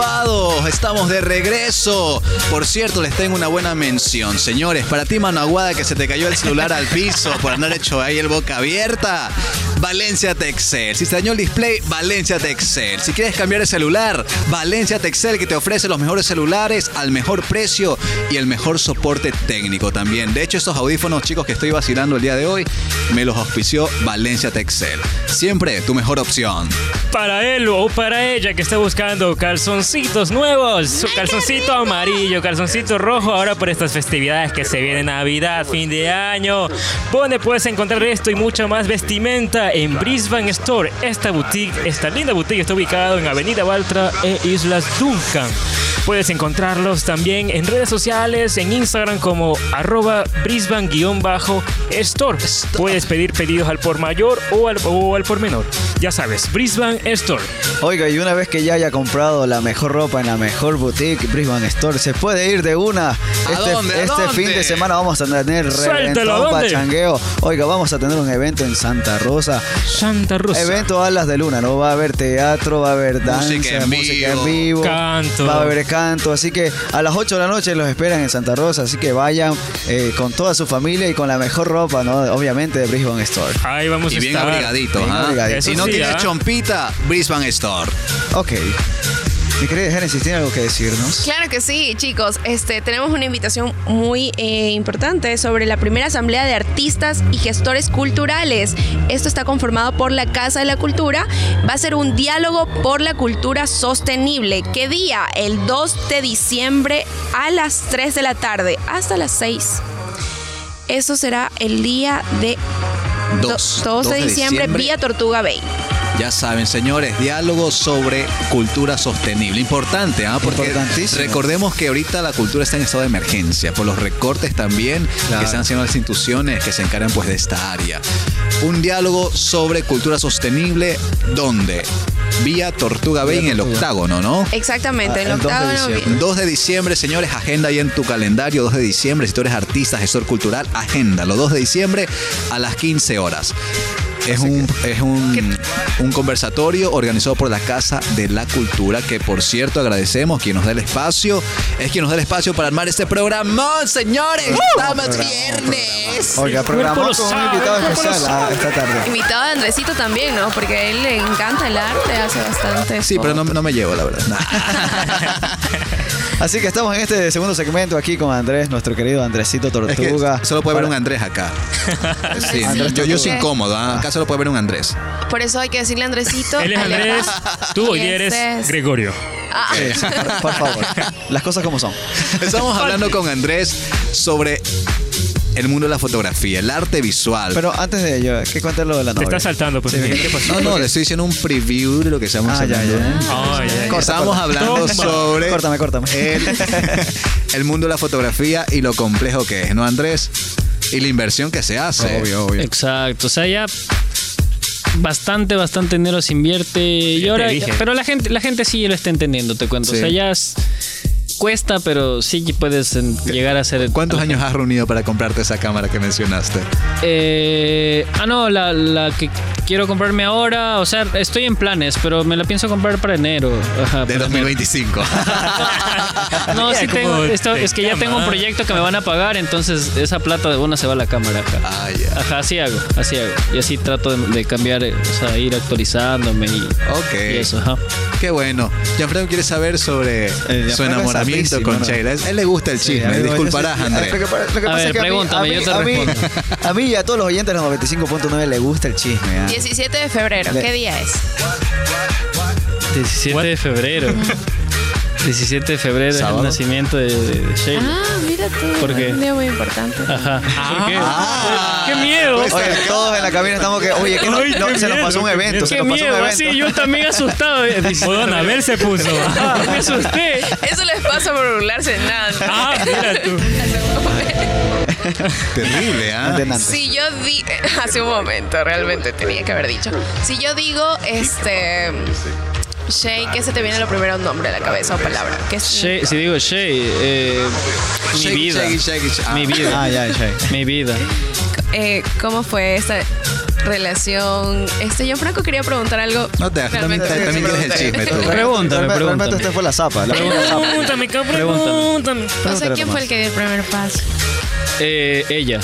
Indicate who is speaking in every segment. Speaker 1: amigos, estamos de regreso. Por cierto, les tengo una buena mención. Señores, para ti, mano aguada, que se te cayó el celular al piso por andar hecho ahí el boca abierta. Valencia Texel. Si se dañó el display, Valencia Texel. Si quieres cambiar de celular, Valencia Texel que te ofrece los mejores celulares al mejor precio y el mejor soporte técnico también. De hecho, estos audífonos, chicos, que estoy vacilando el día de hoy, me los auspició Valencia Texel. Siempre tu mejor opción.
Speaker 2: Para él o para ella que está buscando calzoncitos nuevos, su calzoncito amarillo, calzoncito rojo, ahora por estas festividades que se vienen Navidad, fin de año. Donde puedes encontrar esto y mucha más vestimenta en Brisbane Store. Esta boutique, esta linda boutique está ubicada en Avenida Baltra e Islas Duncan. Puedes encontrarlos también en redes sociales, en Instagram como arroba Brisbane-store. Puedes pedir pedidos al por mayor o al, o al por menor. Ya sabes, Brisbane Store.
Speaker 3: Oiga, y una vez que ya haya comprado la mejor ropa en la mejor boutique, Brisbane Store, se puede ir de una. este
Speaker 1: dónde? ¿A
Speaker 3: este
Speaker 1: dónde?
Speaker 3: fin de semana vamos a tener
Speaker 2: Suéltalo, ¿a
Speaker 3: reventón
Speaker 2: dónde?
Speaker 3: pachangueo. Oiga, vamos a tener un evento en Santa Rosa.
Speaker 2: Santa Rosa.
Speaker 3: Evento Alas de Luna, ¿no? Va a haber teatro, va a haber danza,
Speaker 1: Música en
Speaker 3: música
Speaker 1: vivo.
Speaker 3: en vivo,
Speaker 2: Canto.
Speaker 3: va a haber canto. Así que a las 8 de la noche los esperan en Santa Rosa. Así que vayan eh, con toda su familia y con la mejor ropa, ¿no? Obviamente de Brisbane Store.
Speaker 2: Ahí vamos
Speaker 1: Y
Speaker 2: a
Speaker 1: bien
Speaker 2: estar.
Speaker 1: abrigadito.
Speaker 3: Pues Bien
Speaker 1: ¿ah?
Speaker 3: abrigadito. ¿eh?
Speaker 1: Si no
Speaker 2: Eso sí,
Speaker 1: tienes
Speaker 2: ¿ah?
Speaker 1: chompita, Brisbane Store.
Speaker 3: Ok. Mi querida Genesis, ¿tiene algo que decirnos?
Speaker 4: Claro que sí, chicos. Este, tenemos una invitación muy eh, importante sobre la primera asamblea de artistas y gestores culturales. Esto está conformado por la Casa de la Cultura. Va a ser un diálogo por la cultura sostenible. ¿Qué día? El 2 de diciembre a las 3 de la tarde hasta las 6. Eso será el día de do-
Speaker 1: 2.
Speaker 4: 2 de, diciembre, vía Tortuga Bay.
Speaker 1: Ya saben, señores, diálogo sobre cultura sostenible. Importante, ¿ah? Porque
Speaker 3: Importantísimo.
Speaker 1: recordemos que ahorita la cultura está en estado de emergencia por los recortes también
Speaker 3: Claro.
Speaker 1: que están haciendo las instituciones que se encargan pues de esta área. Un diálogo sobre cultura sostenible, ¿dónde? Vía Tortuga Bay
Speaker 3: Vía
Speaker 1: en el
Speaker 3: Tortuga.
Speaker 1: octágono, ¿no?
Speaker 4: Exactamente,
Speaker 3: Ah,
Speaker 4: el
Speaker 3: el 2 de
Speaker 4: octavo de
Speaker 3: diciembre.
Speaker 4: noviembre.
Speaker 1: 2 de diciembre, señores, agenda ahí en tu calendario. 2 de diciembre, si tú eres artista, gestor cultural, agenda. Los 2 de diciembre a las 15 horas. Es, un, es un, un conversatorio organizado por la Casa de la Cultura, que por cierto agradecemos quien nos da el espacio. Es quien nos da el espacio para armar este programón, señores. Estamos
Speaker 3: Programón,
Speaker 1: viernes.
Speaker 3: Oiga,
Speaker 2: El cuerpo
Speaker 3: programamos
Speaker 2: lo
Speaker 3: con un
Speaker 2: sabe,
Speaker 3: invitado
Speaker 2: el cuerpo lo
Speaker 3: especial ah, esta tarde.
Speaker 4: Invitado de Andresito también, ¿no? Porque a él le encanta el arte, hace bastante.
Speaker 1: Sí, pero no, no me llevo, la verdad.
Speaker 3: Así que estamos en este segundo segmento aquí con Andrés, nuestro querido Andresito
Speaker 1: Es que
Speaker 3: Tortuga.
Speaker 1: solo puede ver
Speaker 3: Para-
Speaker 1: un Andrés acá. Sí,
Speaker 3: Andrés
Speaker 1: yo, yo soy
Speaker 4: Tortuga.
Speaker 1: incómodo, ¿ah? acá solo puede ver un Andrés.
Speaker 4: Por eso hay que decirle a Andresito.
Speaker 2: Él es
Speaker 4: Ale-
Speaker 2: Andrés, tú hoy
Speaker 4: Y este
Speaker 2: eres
Speaker 4: es-
Speaker 2: Gregorio.
Speaker 4: Ah,
Speaker 1: Eh.
Speaker 3: Sí, sí, por, por favor. Las cosas como son.
Speaker 1: Estamos hablando con Andrés sobre el mundo de la fotografía, el arte visual.
Speaker 3: Pero antes de ello, ¿qué cuentas lo de la
Speaker 2: Te
Speaker 3: novia?
Speaker 2: estás saltando, pues.
Speaker 3: Sí, ¿qué- qué
Speaker 1: no, no, le estoy diciendo un preview de lo que estamos
Speaker 3: Ah, ya,
Speaker 1: hablando.
Speaker 3: ya.
Speaker 2: Ay, ay, ay.
Speaker 3: Corta,
Speaker 1: Estamos
Speaker 3: corta.
Speaker 1: hablando
Speaker 2: Toma.
Speaker 1: sobre
Speaker 3: Córtame, córtame.
Speaker 1: El, el mundo de la fotografía y lo complejo que es, ¿no, Andrés? Y la inversión que se hace.
Speaker 3: Obvio, obvio.
Speaker 5: Exacto, o sea, ya bastante, bastante dinero se invierte. y
Speaker 2: te
Speaker 5: ahora,
Speaker 2: dije.
Speaker 5: pero la gente, la gente sí lo está entendiendo, te cuento.
Speaker 1: Sí.
Speaker 5: O sea, ya es- cuesta, pero sí que puedes en- llegar a ser.
Speaker 1: ¿Cuántos años has reunido para comprarte esa cámara que mencionaste?
Speaker 5: Eh, ah, no, la, la que quiero comprarme ahora. O sea, estoy en planes, pero me la pienso comprar para enero. Ajá,
Speaker 1: De
Speaker 5: para enero.
Speaker 1: 2025.
Speaker 5: No,
Speaker 2: Mira
Speaker 5: sí
Speaker 2: cómo
Speaker 5: tengo. esto-
Speaker 2: te
Speaker 5: es que ya
Speaker 2: llama.
Speaker 5: tengo un proyecto que me van a pagar, entonces esa plata de una se va a la cámara. Ajá.
Speaker 1: Ah, ya.
Speaker 5: Ajá, así hago, así hago. Y así trato de, de cambiar, eh, o sea, ir actualizándome y,
Speaker 1: Ok.
Speaker 5: y eso, ajá.
Speaker 1: Qué bueno. Gianfranco quiere saber sobre su
Speaker 3: Gianfranco es
Speaker 1: enamoramiento
Speaker 3: sapísimo,
Speaker 1: con
Speaker 3: ¿no?
Speaker 1: Sheila. A él le gusta el
Speaker 3: Sí,
Speaker 1: chisme.
Speaker 3: amigo,
Speaker 1: Disculparás,
Speaker 3: eso sí,
Speaker 1: Andrés.
Speaker 3: Lo que, pa- lo que
Speaker 5: A
Speaker 3: pasa
Speaker 5: ver,
Speaker 3: es que a mí-
Speaker 5: pregúntame,
Speaker 3: a mí,
Speaker 5: yo te
Speaker 3: a mí-
Speaker 5: respondo.
Speaker 3: a mí y a todos los oyentes de los 95.9 les gusta el chisme. ah.
Speaker 4: 17 de febrero,
Speaker 3: Le-
Speaker 4: ¿qué día es?
Speaker 5: 17 de febrero. 17 de febrero es
Speaker 1: ¿Sábado?
Speaker 5: el nacimiento de, de Sheila.
Speaker 4: Ah, mira tú.
Speaker 5: ¿Por qué?
Speaker 4: Un día muy importante.
Speaker 5: Ajá. ¿Por qué?
Speaker 1: Ah.
Speaker 5: ¡Qué miedo!
Speaker 3: Oye, todos en la cabina estamos que, oye, que no-
Speaker 2: Ay,
Speaker 3: no,
Speaker 2: qué
Speaker 3: se nos pasó
Speaker 2: miedo,
Speaker 3: un
Speaker 2: qué
Speaker 3: evento,
Speaker 2: miedo.
Speaker 3: se
Speaker 5: ¡Qué
Speaker 3: nos pasó un
Speaker 5: miedo!
Speaker 3: evento.
Speaker 5: Así yo también asustado. eh, 17 de
Speaker 2: Modón, a
Speaker 5: febrero.
Speaker 2: ver, se puso.
Speaker 5: Ah, me asusté.
Speaker 4: Eso les pasa por burlarse de nada.
Speaker 2: Ah, mira tú.
Speaker 1: Terrible, ¿ah?
Speaker 3: Antenante.
Speaker 4: Si yo di hace un momento realmente tenía que haber dicho. Si yo digo este Shay, ¿qué se te viene lo primero un nombre a la cabeza o palabra? ¿Qué es?
Speaker 5: She- si digo Shay, eh, mi
Speaker 1: Shake,
Speaker 5: vida.
Speaker 1: shake, shake, shake. Ah.
Speaker 5: Mi vida.
Speaker 3: Ah, ya, ya.
Speaker 5: Mi vida.
Speaker 4: eh, ¿Cómo fue esta relación. Este, yo Franco quería preguntar algo.
Speaker 1: No te hagas, también,
Speaker 4: Realmente
Speaker 1: también
Speaker 4: no
Speaker 1: tienes el
Speaker 4: pregunté.
Speaker 1: chisme tú.
Speaker 5: Pregúntame,
Speaker 3: Realmente-
Speaker 5: pregúntame.
Speaker 3: Realmente usted fue la zapa. La pregunta zapa.
Speaker 2: Pregúntame, cabrón,
Speaker 5: Pregúntame.
Speaker 2: pregúntame.
Speaker 4: No sé
Speaker 3: Pregúntale
Speaker 4: quién fue
Speaker 3: nomás.
Speaker 4: el que dio el primer paso.
Speaker 5: Eh, ella.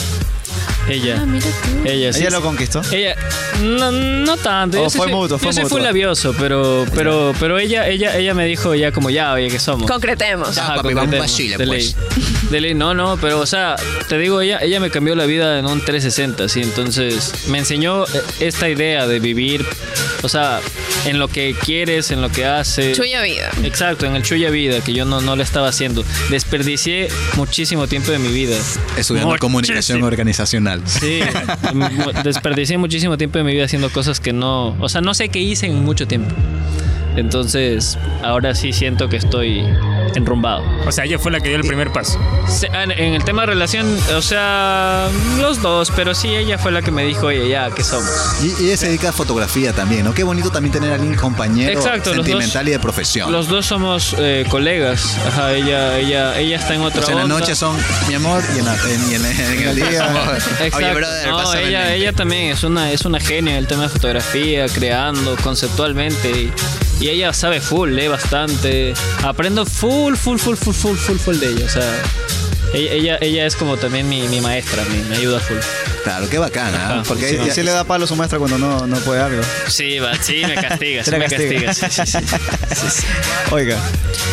Speaker 5: Ella.
Speaker 4: Ah, mira tú.
Speaker 5: Ella, sí.
Speaker 3: Ella lo conquistó.
Speaker 5: Ella, no, no tanto.
Speaker 3: Oh,
Speaker 5: yo sí
Speaker 3: fue
Speaker 5: soy,
Speaker 3: mutuo, fue
Speaker 5: yo sí fui
Speaker 3: mutuo.
Speaker 5: labioso, pero, pero, pero ella, ella, ella me dijo ya como ya, oye, que somos.
Speaker 4: Concretemos.
Speaker 5: Ah,
Speaker 1: Ya, papi, vamos
Speaker 5: completemos,
Speaker 1: pa' Chile,
Speaker 5: de
Speaker 1: pues.
Speaker 5: ley. De ley, no, no, pero o sea, te digo, ella, ella me cambió la vida en un 360, sí, entonces me enseñó eh, esta idea de vivir, o sea, en lo que quieres, en lo que haces.
Speaker 4: Chuya vida.
Speaker 5: Exacto, en el Chuya Vida, que yo no, no la estaba haciendo. Desperdicié muchísimo tiempo de mi vida.
Speaker 1: Ah, Estudiando
Speaker 5: Muchísimo.
Speaker 1: comunicación organizacional.
Speaker 5: Sí, mu- desperdicié muchísimo tiempo de mi vida haciendo cosas que no, o sea, no sé qué hice en mucho tiempo. Entonces, ahora sí siento que estoy enrumbado.
Speaker 2: O sea, ella fue la que dio el primer paso.
Speaker 5: Se- En en el tema de relación, o sea, los dos, pero sí ella fue la que me dijo, oye, ya, ¿qué somos?
Speaker 1: Y, y ella se dedica a fotografía también, ¿no? Qué bonito también tener a alguien compañero
Speaker 5: Exacto, los
Speaker 1: sentimental
Speaker 5: dos-
Speaker 1: y de profesión.
Speaker 5: Los dos somos eh, colegas. Ajá, ella, ella, ella está Pues en otra
Speaker 1: O sea, en la
Speaker 5: onda.
Speaker 1: noche son mi amor y en, la- en- y en- en el día.
Speaker 5: Exacto.
Speaker 1: Oye, brother,
Speaker 5: No,
Speaker 1: pásame el
Speaker 5: ella,
Speaker 1: lente.
Speaker 5: ella también es una, es una genia en el tema de fotografía, creando conceptualmente. Y, y ella sabe full, lee bastante. Aprendo full, full, full, full, full, full, full de ella. O sea, ella, ella, ella es como también mi, mi maestra, mi- me ayuda full.
Speaker 1: Claro, qué bacana. ¿eh?
Speaker 5: Ajá,
Speaker 1: Porque
Speaker 5: sí,
Speaker 1: ella-
Speaker 3: Y si le da palo a su maestra cuando no, no puede algo.
Speaker 5: Sí, va, sí, me castiga,
Speaker 3: Se
Speaker 5: sí,
Speaker 3: la
Speaker 5: me
Speaker 3: castiga.
Speaker 5: castiga. sí, sí, sí.
Speaker 3: Oiga,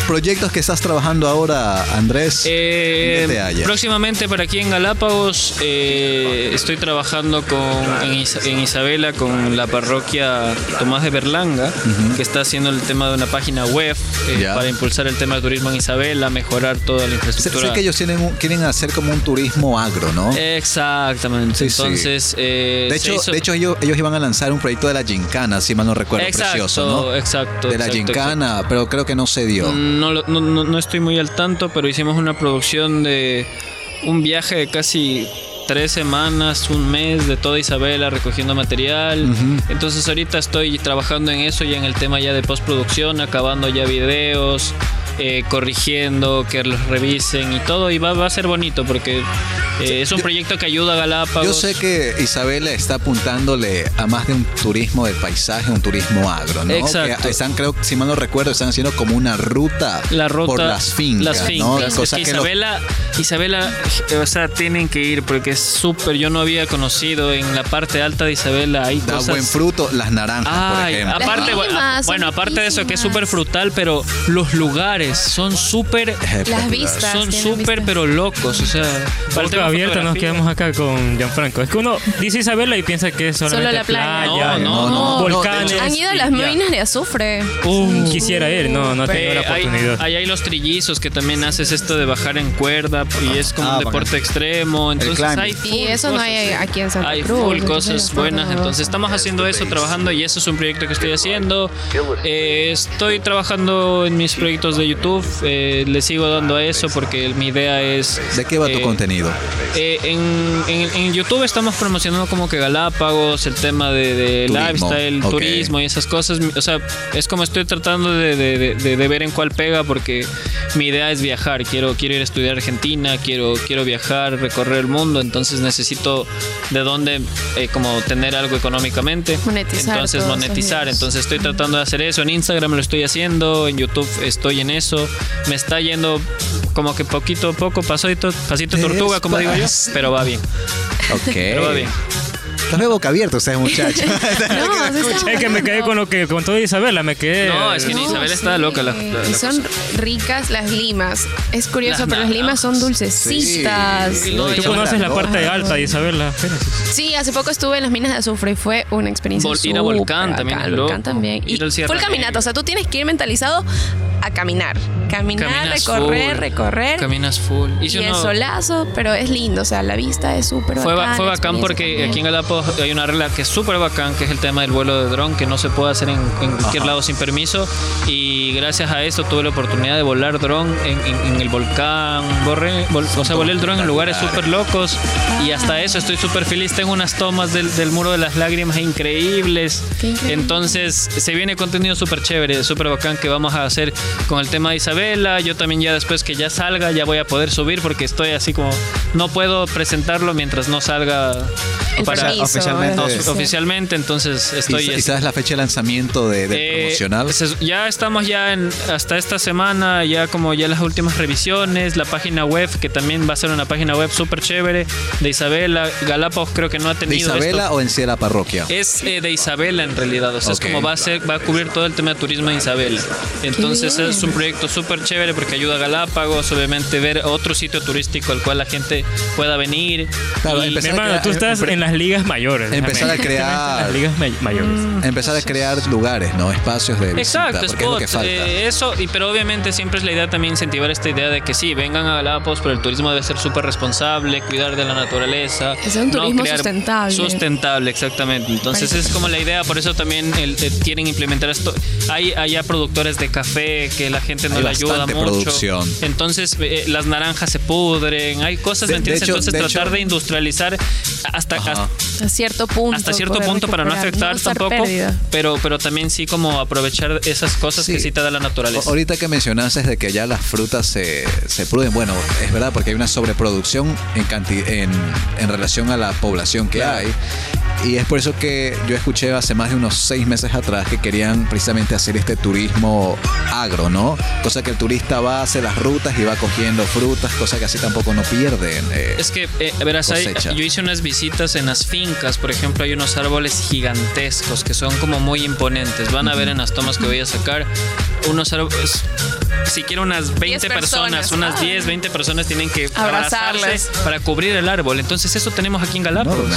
Speaker 1: proyectos que estás trabajando ahora, Andrés.
Speaker 5: Eh,
Speaker 1: ¿en qué te hallas?
Speaker 5: próximamente para aquí en Galápagos eh, estoy trabajando con, en, Isa- en Isabela con la parroquia Tomás de Berlanga, que está haciendo el tema de una página web eh,
Speaker 1: Ya.
Speaker 5: para impulsar el tema de turismo en Isabela, mejorar toda la
Speaker 1: sé,
Speaker 5: infraestructura.
Speaker 1: sé que ellos tienen un- quieren hacer como un turismo agro, ¿no?
Speaker 5: Eh, Exactamente.
Speaker 1: Sí, sí.
Speaker 5: Entonces, eh,
Speaker 1: de,
Speaker 5: se
Speaker 1: hecho,
Speaker 5: hizo-
Speaker 1: de hecho, ellos, ellos iban a lanzar un proyecto de la gincana, si mal no recuerdo,
Speaker 5: Exacto,
Speaker 1: precioso, ¿no?
Speaker 5: exacto,
Speaker 1: De la
Speaker 5: exacto, Mm,
Speaker 1: gincana, pero creo que no se dio.
Speaker 5: No, lo- no, no- no estoy muy al tanto, pero hicimos una producción de un viaje de casi tres semanas, un mes de toda Isabela recogiendo material. Entonces ahorita estoy trabajando en eso y en el tema ya de postproducción, acabando ya videos, eh, corrigiendo, que los revisen y todo. Y va, va a ser bonito porque eh, es un proyecto que ayuda a Galápagos.
Speaker 1: Yo sé que Isabela está apuntándole a más de un turismo de paisaje, un turismo agro, ¿no?
Speaker 5: Exacto.
Speaker 1: Que están, creo, si mal no recuerdo, están haciendo como una ruta,
Speaker 5: la ruta
Speaker 1: por las fincas,
Speaker 5: las
Speaker 1: ¿no?
Speaker 5: fincas. Es
Speaker 1: Cosa
Speaker 5: que
Speaker 1: que lo-
Speaker 5: Isabela Isabela eh, o sea tienen que ir porque es súper yo no había conocido en la parte alta de Isabela hay
Speaker 1: da
Speaker 5: cosas
Speaker 1: buen fruto las naranjas, por
Speaker 5: Ay,
Speaker 1: ejemplo.
Speaker 5: aparte,
Speaker 4: Las
Speaker 5: bueno,
Speaker 4: mismas, son
Speaker 5: bueno, aparte de eso que es súper
Speaker 4: riquísimas.
Speaker 5: frutal, pero los lugares son súper,
Speaker 4: Las vistas.
Speaker 5: son
Speaker 4: tienen
Speaker 5: súper,
Speaker 4: vistas.
Speaker 5: pero locos, o sea, para el tema
Speaker 2: Boca
Speaker 5: de
Speaker 2: abierta nos
Speaker 5: fotografía.
Speaker 2: quedamos acá con Gianfranco. Es que uno dice Isabela y piensa que es solamente
Speaker 4: Solo la playa.
Speaker 5: No, no,
Speaker 1: no,
Speaker 2: volcanes.
Speaker 1: no,
Speaker 4: Han ido a las
Speaker 2: y ya.
Speaker 4: minas de azufre.
Speaker 2: Uh, quisiera ir, no, no he
Speaker 5: Eh,
Speaker 2: tenido la
Speaker 5: hay,
Speaker 2: oportunidad.
Speaker 5: ahí hay los trillizos que también haces esto de bajar en cuerda y es como
Speaker 3: Ah,
Speaker 5: un
Speaker 3: bacán.
Speaker 5: deporte extremo. Entonces
Speaker 3: climbing.
Speaker 5: hay
Speaker 4: Y
Speaker 5: full
Speaker 4: eso no
Speaker 5: cosas,
Speaker 4: hay
Speaker 5: sí.
Speaker 4: aquí en Santa
Speaker 5: Hay
Speaker 4: Cruz.
Speaker 5: full
Speaker 4: entonces
Speaker 5: cosas
Speaker 4: está
Speaker 5: buenas,
Speaker 4: todo.
Speaker 5: entonces estamos haciendo eso, trabajando y eso es un proyecto que estoy haciendo. Eh, estoy trabajando en mis proyectos de YouTube, eh, le sigo dando a eso porque mi idea es...
Speaker 1: ¿De qué va tu
Speaker 5: eh,
Speaker 1: contenido?
Speaker 5: eh, en, en- en YouTube estamos promocionando como que Galápagos, el tema de, de
Speaker 1: Turismo,
Speaker 5: lifestyle,
Speaker 1: ok.
Speaker 5: turismo y esas cosas. O sea, es como estoy tratando de, de- de- de- de ver en cuál pega porque mi idea es viajar. Quiero, quiero ir a estudiar a Argentina, quiero, quiero viajar, recorrer el mundo. Entonces necesito de dónde eh, como tener algo económicamente.
Speaker 4: Monetizar
Speaker 5: Entonces
Speaker 4: todos esos
Speaker 5: monetizar.
Speaker 4: videos.
Speaker 5: Entonces estoy tratando de hacer eso. En Instagram lo estoy haciendo, en YouTube estoy en eso. Me está yendo como que poquito a poco, pasito, pasito tortuga, como digo yo,
Speaker 1: Despacito.
Speaker 5: pero va bien,
Speaker 1: Ok.
Speaker 5: pero va bien.
Speaker 1: Estás de boca abierta ustedes, muchachos.
Speaker 4: No, sí está
Speaker 2: Es que me quedé
Speaker 4: bueno.
Speaker 2: con lo que contó de Isabela, me quedé. eh,
Speaker 5: No, es que
Speaker 4: No,
Speaker 5: Isabel está loca, la- la-
Speaker 4: y
Speaker 5: la
Speaker 4: eh, son ricas las limas. Es curioso,
Speaker 5: Las
Speaker 4: pero las limas son
Speaker 5: naranjas.
Speaker 4: dulcecitas.
Speaker 1: Sí.
Speaker 4: Sí.
Speaker 5: No,
Speaker 1: Uy,
Speaker 5: y
Speaker 2: Tú
Speaker 5: son
Speaker 2: conoces la parte
Speaker 1: naranjas.
Speaker 2: alta de Isabela.
Speaker 4: hace poco estuve en las minas de azufre y fue una experiencia.
Speaker 5: Vol- ir a
Speaker 4: súper
Speaker 5: Volcán
Speaker 4: bacán,
Speaker 5: también,
Speaker 4: al
Speaker 5: loco.
Speaker 4: Volcán también. Y
Speaker 5: Ir al Sierra
Speaker 4: full caminata,
Speaker 5: Negra.
Speaker 4: o sea, tú tienes que ir mentalizado a caminar. Caminar,
Speaker 5: Caminas
Speaker 4: recorrer,
Speaker 5: full,
Speaker 4: recorrer.
Speaker 5: Caminas full. Y
Speaker 4: y
Speaker 5: si
Speaker 4: el
Speaker 5: uno-
Speaker 4: solazo, pero es lindo, o sea, la vista es súper
Speaker 5: Fue, ba-
Speaker 4: bacán.
Speaker 5: fue
Speaker 4: la
Speaker 5: bacán
Speaker 4: experiencia
Speaker 5: porque
Speaker 4: también.
Speaker 5: aquí en Galápagos hay una regla que es súper bacán, que es el tema del vuelo de dron, que no se puede hacer en, en cualquier lado sin permiso. Y gracias a esto tuve la oportunidad de volar dron en, en- en el volcán. Borré, vol- o sea, volé el dron en lugares súper locos. Y hasta eso estoy súper feliz. Tengo unas tomas del, del Muro de las Lágrimas increíbles.
Speaker 4: Qué increíble.
Speaker 5: Entonces se viene contenido súper chévere, súper bacán que vamos a hacer con el tema de Isabela. Yo también ya después que ya salga ya voy a poder subir porque estoy así como no puedo presentarlo mientras no salga
Speaker 4: El
Speaker 5: para-
Speaker 4: permiso,
Speaker 3: oficialmente.
Speaker 5: no,
Speaker 4: ¿verdad? Sí.
Speaker 5: oficialmente. Entonces estoy
Speaker 1: ¿Y, sa- y
Speaker 5: así.
Speaker 1: sabes la fecha de lanzamiento de, del
Speaker 5: Eh,
Speaker 1: promocional?
Speaker 5: se- ya estamos ya en, hasta esta semana, ya como ya las últimas revisiones, la página web, que también va a ser una página web súper chévere, de Isabela. Galápagos creo que no ha
Speaker 1: ¿De
Speaker 5: tenido
Speaker 1: Isabela
Speaker 5: esto.
Speaker 1: o en sí de la parroquia?
Speaker 5: Es eh, de Isabela en realidad, o sea,
Speaker 1: Ok.
Speaker 5: es como va a, ser, va a cubrir todo el tema de turismo de Isabela. Entonces
Speaker 4: Qué bien.
Speaker 5: es un proyecto súper chévere porque ayuda a Galápagos, obviamente ver otro sitio turístico al cual la gente pueda venir.
Speaker 1: Claro,
Speaker 5: y-
Speaker 2: Mi
Speaker 1: empezar, a
Speaker 2: hermano,
Speaker 1: crea-
Speaker 2: tú estás
Speaker 1: empre-
Speaker 2: en las ligas mayores.
Speaker 1: empezar a crear-
Speaker 2: Las ligas may- mayores.
Speaker 1: empezar a crear lugares, ¿no? Espacios de visita, porque
Speaker 5: Exacto,
Speaker 1: es lo que
Speaker 5: spots,
Speaker 1: falta.
Speaker 5: eh, eso, y, pero obviamente siempre es la idea también incentivar esta idea de que sí, vengan a Galápagos, pero el turismo debe ser súper responsable, cuidar de la naturaleza.
Speaker 4: Es un turismo sustentable.
Speaker 5: Sustentable, exactamente. Entonces
Speaker 4: Parece
Speaker 5: es como la idea, por eso también el- eh, quieren implementar esto. Hay allá productores de café que la gente no
Speaker 1: Hay
Speaker 5: le ayuda
Speaker 1: bastante
Speaker 5: mucho.
Speaker 1: producción.
Speaker 5: Entonces eh, las naranjas se pudren, hay cosas,
Speaker 1: De-
Speaker 5: ¿me
Speaker 1: de
Speaker 5: entiendes?
Speaker 1: hecho-
Speaker 5: Entonces
Speaker 1: de
Speaker 5: tratar
Speaker 1: hecho-
Speaker 5: de industrializar hasta, hasta
Speaker 4: Hasta cierto punto.
Speaker 5: hasta cierto
Speaker 4: poder
Speaker 5: punto para no
Speaker 4: recuperar,
Speaker 5: afectar
Speaker 4: hacer
Speaker 5: tampoco,
Speaker 4: pérdida.
Speaker 5: pero pero también sí como aprovechar esas cosas
Speaker 1: Sí.
Speaker 5: que sí te da la
Speaker 1: O-
Speaker 5: naturaleza.
Speaker 1: Ahorita que mencionaste de que ya las frutas se, se pruden, bueno, es verdad porque hay una sobreproducción en, canti- en, en relación a la población que
Speaker 5: Claro.
Speaker 1: hay. Y es por eso que yo escuché hace más de unos seis meses atrás que querían precisamente hacer este turismo agro, ¿no? Cosa que el turista va, hace las rutas y va cogiendo frutas, cosa que así tampoco no pierden. eh.
Speaker 5: Es que, eh, verás, hay-
Speaker 1: Cosecha.
Speaker 5: yo hice unas visitas en las fincas, por ejemplo, hay unos árboles gigantescos que son como muy imponentes. Van a ver en las tomas que voy a sacar unos árboles, siquiera unas 20 personas,
Speaker 4: personas.
Speaker 5: unas
Speaker 4: Ah.
Speaker 5: 10, 20 personas tienen que
Speaker 4: Abrazarlas.
Speaker 5: abrazarse para cubrir el árbol. Entonces eso tenemos aquí en Galápagos.
Speaker 1: Enorme.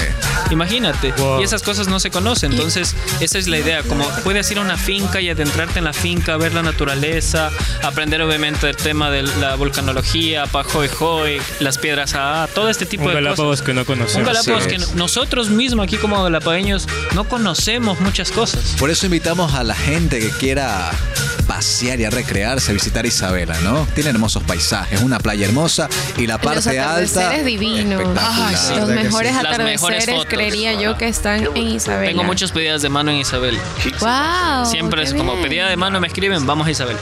Speaker 5: Imagínate.
Speaker 2: Wow.
Speaker 5: Y esas cosas no se conocen. Entonces esa es la idea. Como puedes ir a una finca y adentrarte en la finca, ver la naturaleza, aprender obviamente el tema de la volcanología, Pajoy las piedras AA, todo este tipo
Speaker 2: Un
Speaker 5: de
Speaker 2: Galápagos
Speaker 5: cosas.
Speaker 2: que no conocemos.
Speaker 5: Un Galápagos
Speaker 1: Así
Speaker 5: que
Speaker 1: es.
Speaker 5: no- nosotros mismos aquí como galapagueños no conocemos muchas cosas.
Speaker 1: Por eso invitamos a la gente que quiera pasear y a recrearse, a visitar Isabela, ¿no? Tiene hermosos paisajes, una playa hermosa y la
Speaker 4: Los
Speaker 1: parte alta.
Speaker 4: atardeceres divinos.
Speaker 1: espectacular.
Speaker 4: Ay,
Speaker 5: sí,
Speaker 4: los
Speaker 3: verdad que
Speaker 4: mejores
Speaker 5: sí. Las mejores
Speaker 4: atardeceres
Speaker 5: fotos.
Speaker 4: creería yo que están en Isabel.
Speaker 5: Tengo muchas pedidas de mano en Isabel.
Speaker 4: Wow.
Speaker 5: Siempre es como pedida de mano, me escriben, vamos a Isabel.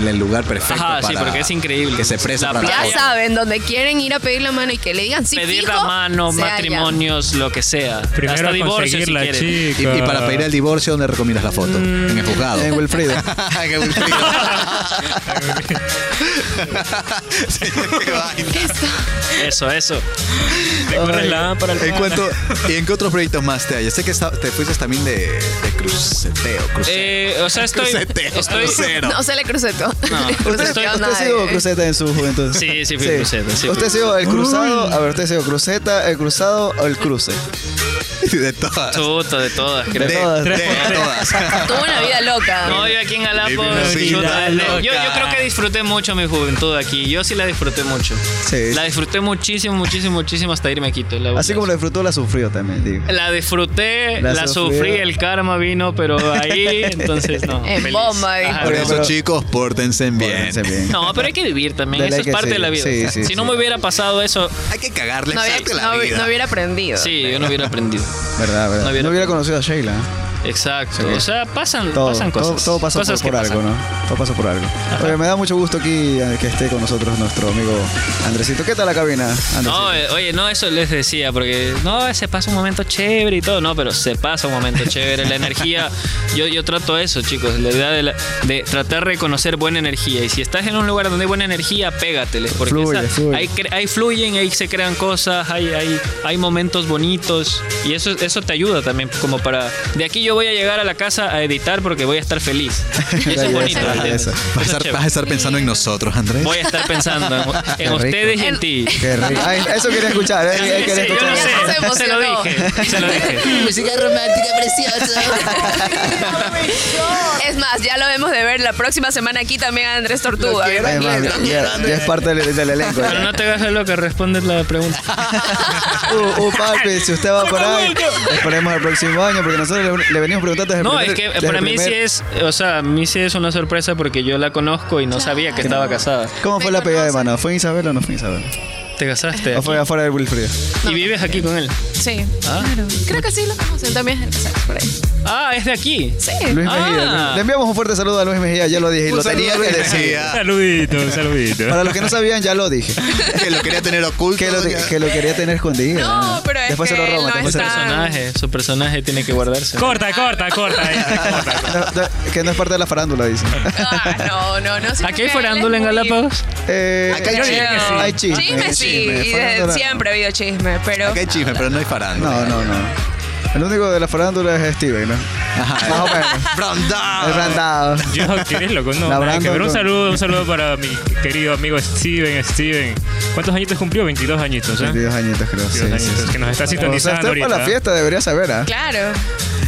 Speaker 1: el, el lugar perfecto
Speaker 5: Ajá, sí,
Speaker 1: para
Speaker 5: porque es increíble.
Speaker 1: que se presa
Speaker 5: La
Speaker 1: para
Speaker 5: playa.
Speaker 4: Ya
Speaker 1: todo.
Speaker 4: saben, donde quieren ir a pedir la mano y que le digan sí
Speaker 5: Pedir
Speaker 4: fijo,
Speaker 5: la mano,
Speaker 4: se hallan.
Speaker 5: matrimonios, lo que sea.
Speaker 2: Primero
Speaker 5: Hasta
Speaker 2: a
Speaker 5: divorcio
Speaker 2: conseguir
Speaker 5: si
Speaker 2: la
Speaker 5: quieren.
Speaker 1: y,
Speaker 2: chica.
Speaker 1: y para pedir el divorcio, ¿dónde recomiendas la foto? en el juzgado.
Speaker 3: En Wilfrido.
Speaker 1: En el Wilfrido. Señor, qué vaina.
Speaker 5: Eso, eso.
Speaker 2: Te corres la lámpara al
Speaker 1: ¿En
Speaker 2: pana.
Speaker 1: cuanto- ¿Y en qué otros proyectos más te hay? Sé que está- te fuiste también de, de cruceteo, crucero.
Speaker 5: Eh, o sea, estoy.
Speaker 1: Cruceteo,
Speaker 5: estoy
Speaker 1: crucero.
Speaker 4: No se le crucetó.
Speaker 5: No,
Speaker 4: Le
Speaker 5: usted-
Speaker 4: cruceteó a
Speaker 3: ¿Usted
Speaker 4: nadie.
Speaker 3: sido cruceta en su juventud?
Speaker 5: ¿eh? Sí, sí fui cruceta, sí fui
Speaker 3: ¿Usted sido el cruzado? A ver, ¿usted sido cruceta, el cruzado o el cruce?
Speaker 5: Eh,
Speaker 1: De todas.
Speaker 5: Chuta de todas,
Speaker 1: De,
Speaker 5: creo.
Speaker 3: todas.
Speaker 1: de todas.
Speaker 4: Tuvo una vida loca.
Speaker 5: No, yo aquí en Galapo.
Speaker 1: Sí,
Speaker 5: chuta,
Speaker 1: vida
Speaker 5: yo, yo
Speaker 2: loca.
Speaker 5: creo que disfruté mucho mi juventud aquí. Yo sí la disfruté mucho.
Speaker 3: Sí.
Speaker 5: La disfruté muchísimo, muchísimo, muchísimo hasta irme a Quito. la
Speaker 3: Así
Speaker 5: verdad.
Speaker 3: como lo disfrutó, la sufrió también. digo.
Speaker 5: La disfruté,
Speaker 3: La
Speaker 5: la,
Speaker 3: sufrí.
Speaker 5: sufrí, el karma vino, pero ahí, entonces no.
Speaker 4: En
Speaker 5: feliz.
Speaker 4: bomba, dijo.
Speaker 5: Ajá,
Speaker 1: Por
Speaker 3: Pero-
Speaker 1: eso, chicos, pórtense bien.
Speaker 3: Pórtense bien.
Speaker 5: No, pero hay que vivir también,
Speaker 3: Dale,
Speaker 5: eso
Speaker 3: hay
Speaker 5: es
Speaker 3: que
Speaker 5: parte de la vida.
Speaker 3: seguir. Sí, sí,
Speaker 5: si
Speaker 3: sí.
Speaker 5: no me hubiera pasado eso,
Speaker 1: Hay que cagarle,
Speaker 4: No
Speaker 1: exacto,
Speaker 4: había,
Speaker 1: la
Speaker 4: no-
Speaker 1: vida.
Speaker 4: no hubiera aprendido.
Speaker 5: sí, yo no hubiera aprendido.
Speaker 3: ¿Verdad, verdad? No
Speaker 5: No
Speaker 3: hubiera,
Speaker 5: hubiera-
Speaker 3: conocido a Sheila. ¿eh?
Speaker 5: Exacto.
Speaker 3: Sí.
Speaker 5: O sea, pasan,
Speaker 3: Todo,
Speaker 5: pasan
Speaker 3: todo-
Speaker 5: cosas.
Speaker 3: todo pasa
Speaker 5: cosas
Speaker 3: por,
Speaker 5: que
Speaker 3: por algo,
Speaker 5: pasan.
Speaker 3: ¿no? Todo pasa por algo. Oye, me da mucho gusto aquí eh, que esté con nosotros nuestro amigo Andresito. ¿Qué tal la cabina, Andresito?
Speaker 5: No, eh, oye, no, eso les decía, porque no, se pasa un momento chévere y todo, no, pero se pasa un momento chévere. La energía, yo, yo trato eso, chicos, la idea de, la- de tratar de reconocer buena energía. Y si estás en un lugar donde hay buena energía, pégateles, porque
Speaker 3: Fluye,
Speaker 5: esa-
Speaker 3: fluye.
Speaker 5: Ahí, cre- ahí fluyen, ahí se crean cosas, hay, hay, hay momentos bonitos y eso, eso te ayuda también, como para. De aquí yo voy a llegar a la casa a editar porque voy a estar feliz. Y Eso es
Speaker 3: Belleza,
Speaker 5: bonito. ¿me entiendes?
Speaker 3: belleza.
Speaker 5: Eso
Speaker 1: Vas a
Speaker 5: es
Speaker 1: estar,
Speaker 5: chévere.
Speaker 1: vas a estar pensando en nosotros, Andrés.
Speaker 5: Voy a estar pensando en, en
Speaker 3: rico.
Speaker 5: ustedes y en
Speaker 4: El-
Speaker 5: ti.
Speaker 3: Qué rico. Ay, eso quería escuchar. eh, eh, quería
Speaker 5: Sí, yo
Speaker 3: escuchar.
Speaker 5: lo sé,
Speaker 4: Se
Speaker 5: se lo
Speaker 4: emocionó.
Speaker 5: dije, se lo dije.
Speaker 6: Música romántica preciosa.
Speaker 4: Es más, ya lo vemos de ver la próxima semana aquí también a Andrés Tortuga.
Speaker 3: Ay, mami, ya, ya es parte del, del elenco.
Speaker 5: Pero
Speaker 3: ya.
Speaker 5: no te hagas loca, respondes la pregunta.
Speaker 3: Uh, uh, papi, si usted va por ahí, esperemos el próximo año, porque nosotros le, le venimos preguntando desde el
Speaker 5: No,
Speaker 3: primer-
Speaker 5: es que
Speaker 3: desde
Speaker 5: para
Speaker 3: el
Speaker 5: mí sí
Speaker 3: primer-
Speaker 5: es, o sea, a mí sí es una sorpresa porque yo la conozco y no sabía que estaba casada.
Speaker 3: ¿Cómo fue
Speaker 4: Me
Speaker 3: la pegada de
Speaker 4: conoce.
Speaker 3: mano? ¿Fue en Isabel o no fue en Isabel?
Speaker 5: te casaste.
Speaker 3: O fue afuera de Wilfrido.
Speaker 5: Y vives aquí con él.
Speaker 7: Sí, claro. Creo que sí lo conocen también. es el que sale por ahí.
Speaker 5: Ah, es de aquí.
Speaker 7: Sí.
Speaker 3: Luis
Speaker 5: Ah.
Speaker 3: Mejía. Le enviamos un fuerte saludo a Luis Mejía, ya lo dije. y
Speaker 1: Un
Speaker 3: lo
Speaker 1: saludo
Speaker 3: tenía
Speaker 1: a Luis
Speaker 3: que decir.
Speaker 1: Mejía,
Speaker 2: Saludito, un saludito.
Speaker 3: Para los que no sabían, ya lo dije.
Speaker 1: que lo quería tener oculto.
Speaker 3: Que lo, que lo quería tener escondido.
Speaker 7: No, pero es
Speaker 3: después
Speaker 7: que
Speaker 3: se lo
Speaker 7: él
Speaker 3: roban.
Speaker 7: no
Speaker 3: después se lo-
Speaker 7: está-
Speaker 5: Personaje, su personaje tiene que guardarse.
Speaker 2: Corta, corta, corta.
Speaker 3: No, no, que no es parte de la farándula, dice.
Speaker 7: Ah, no, no, no. sino
Speaker 5: ¿Aquí hay
Speaker 7: que él
Speaker 5: farándula
Speaker 7: es
Speaker 5: en
Speaker 7: muy-
Speaker 5: Galápagos?
Speaker 3: Eh,
Speaker 1: Acá hay
Speaker 3: eh,
Speaker 1: chisme.
Speaker 3: hay chisme.
Speaker 7: Chisme, sí.
Speaker 1: chisme,
Speaker 7: y desde
Speaker 3: farándula.
Speaker 7: siempre ha habido chisme, pero.
Speaker 1: Acá hay chisme, pero no hay farándula.
Speaker 3: No, no, no. El único de la farándula es Steven, ¿no?
Speaker 1: Ajá.
Speaker 3: Más o menos.
Speaker 1: Brandao.
Speaker 2: Ah.
Speaker 3: El randado.
Speaker 2: Yo, ¿qué es loco? No,
Speaker 3: La
Speaker 2: nada que ver.
Speaker 3: Brandon
Speaker 2: un
Speaker 3: con-
Speaker 2: saludo, un saludo para mi querido amigo Steven, Steven. ¿Cuántos añitos cumplió? 22 añitos, ¿eh?
Speaker 3: 22 añitos, creo. Sí,
Speaker 2: 22
Speaker 3: sí,
Speaker 2: añitos,
Speaker 3: sí.
Speaker 2: que nos está
Speaker 3: O sea,
Speaker 2: sintonizando
Speaker 3: usted
Speaker 2: ahorita. ¿eh?
Speaker 3: para la fiesta debería saber, ¿ah?
Speaker 7: Claro.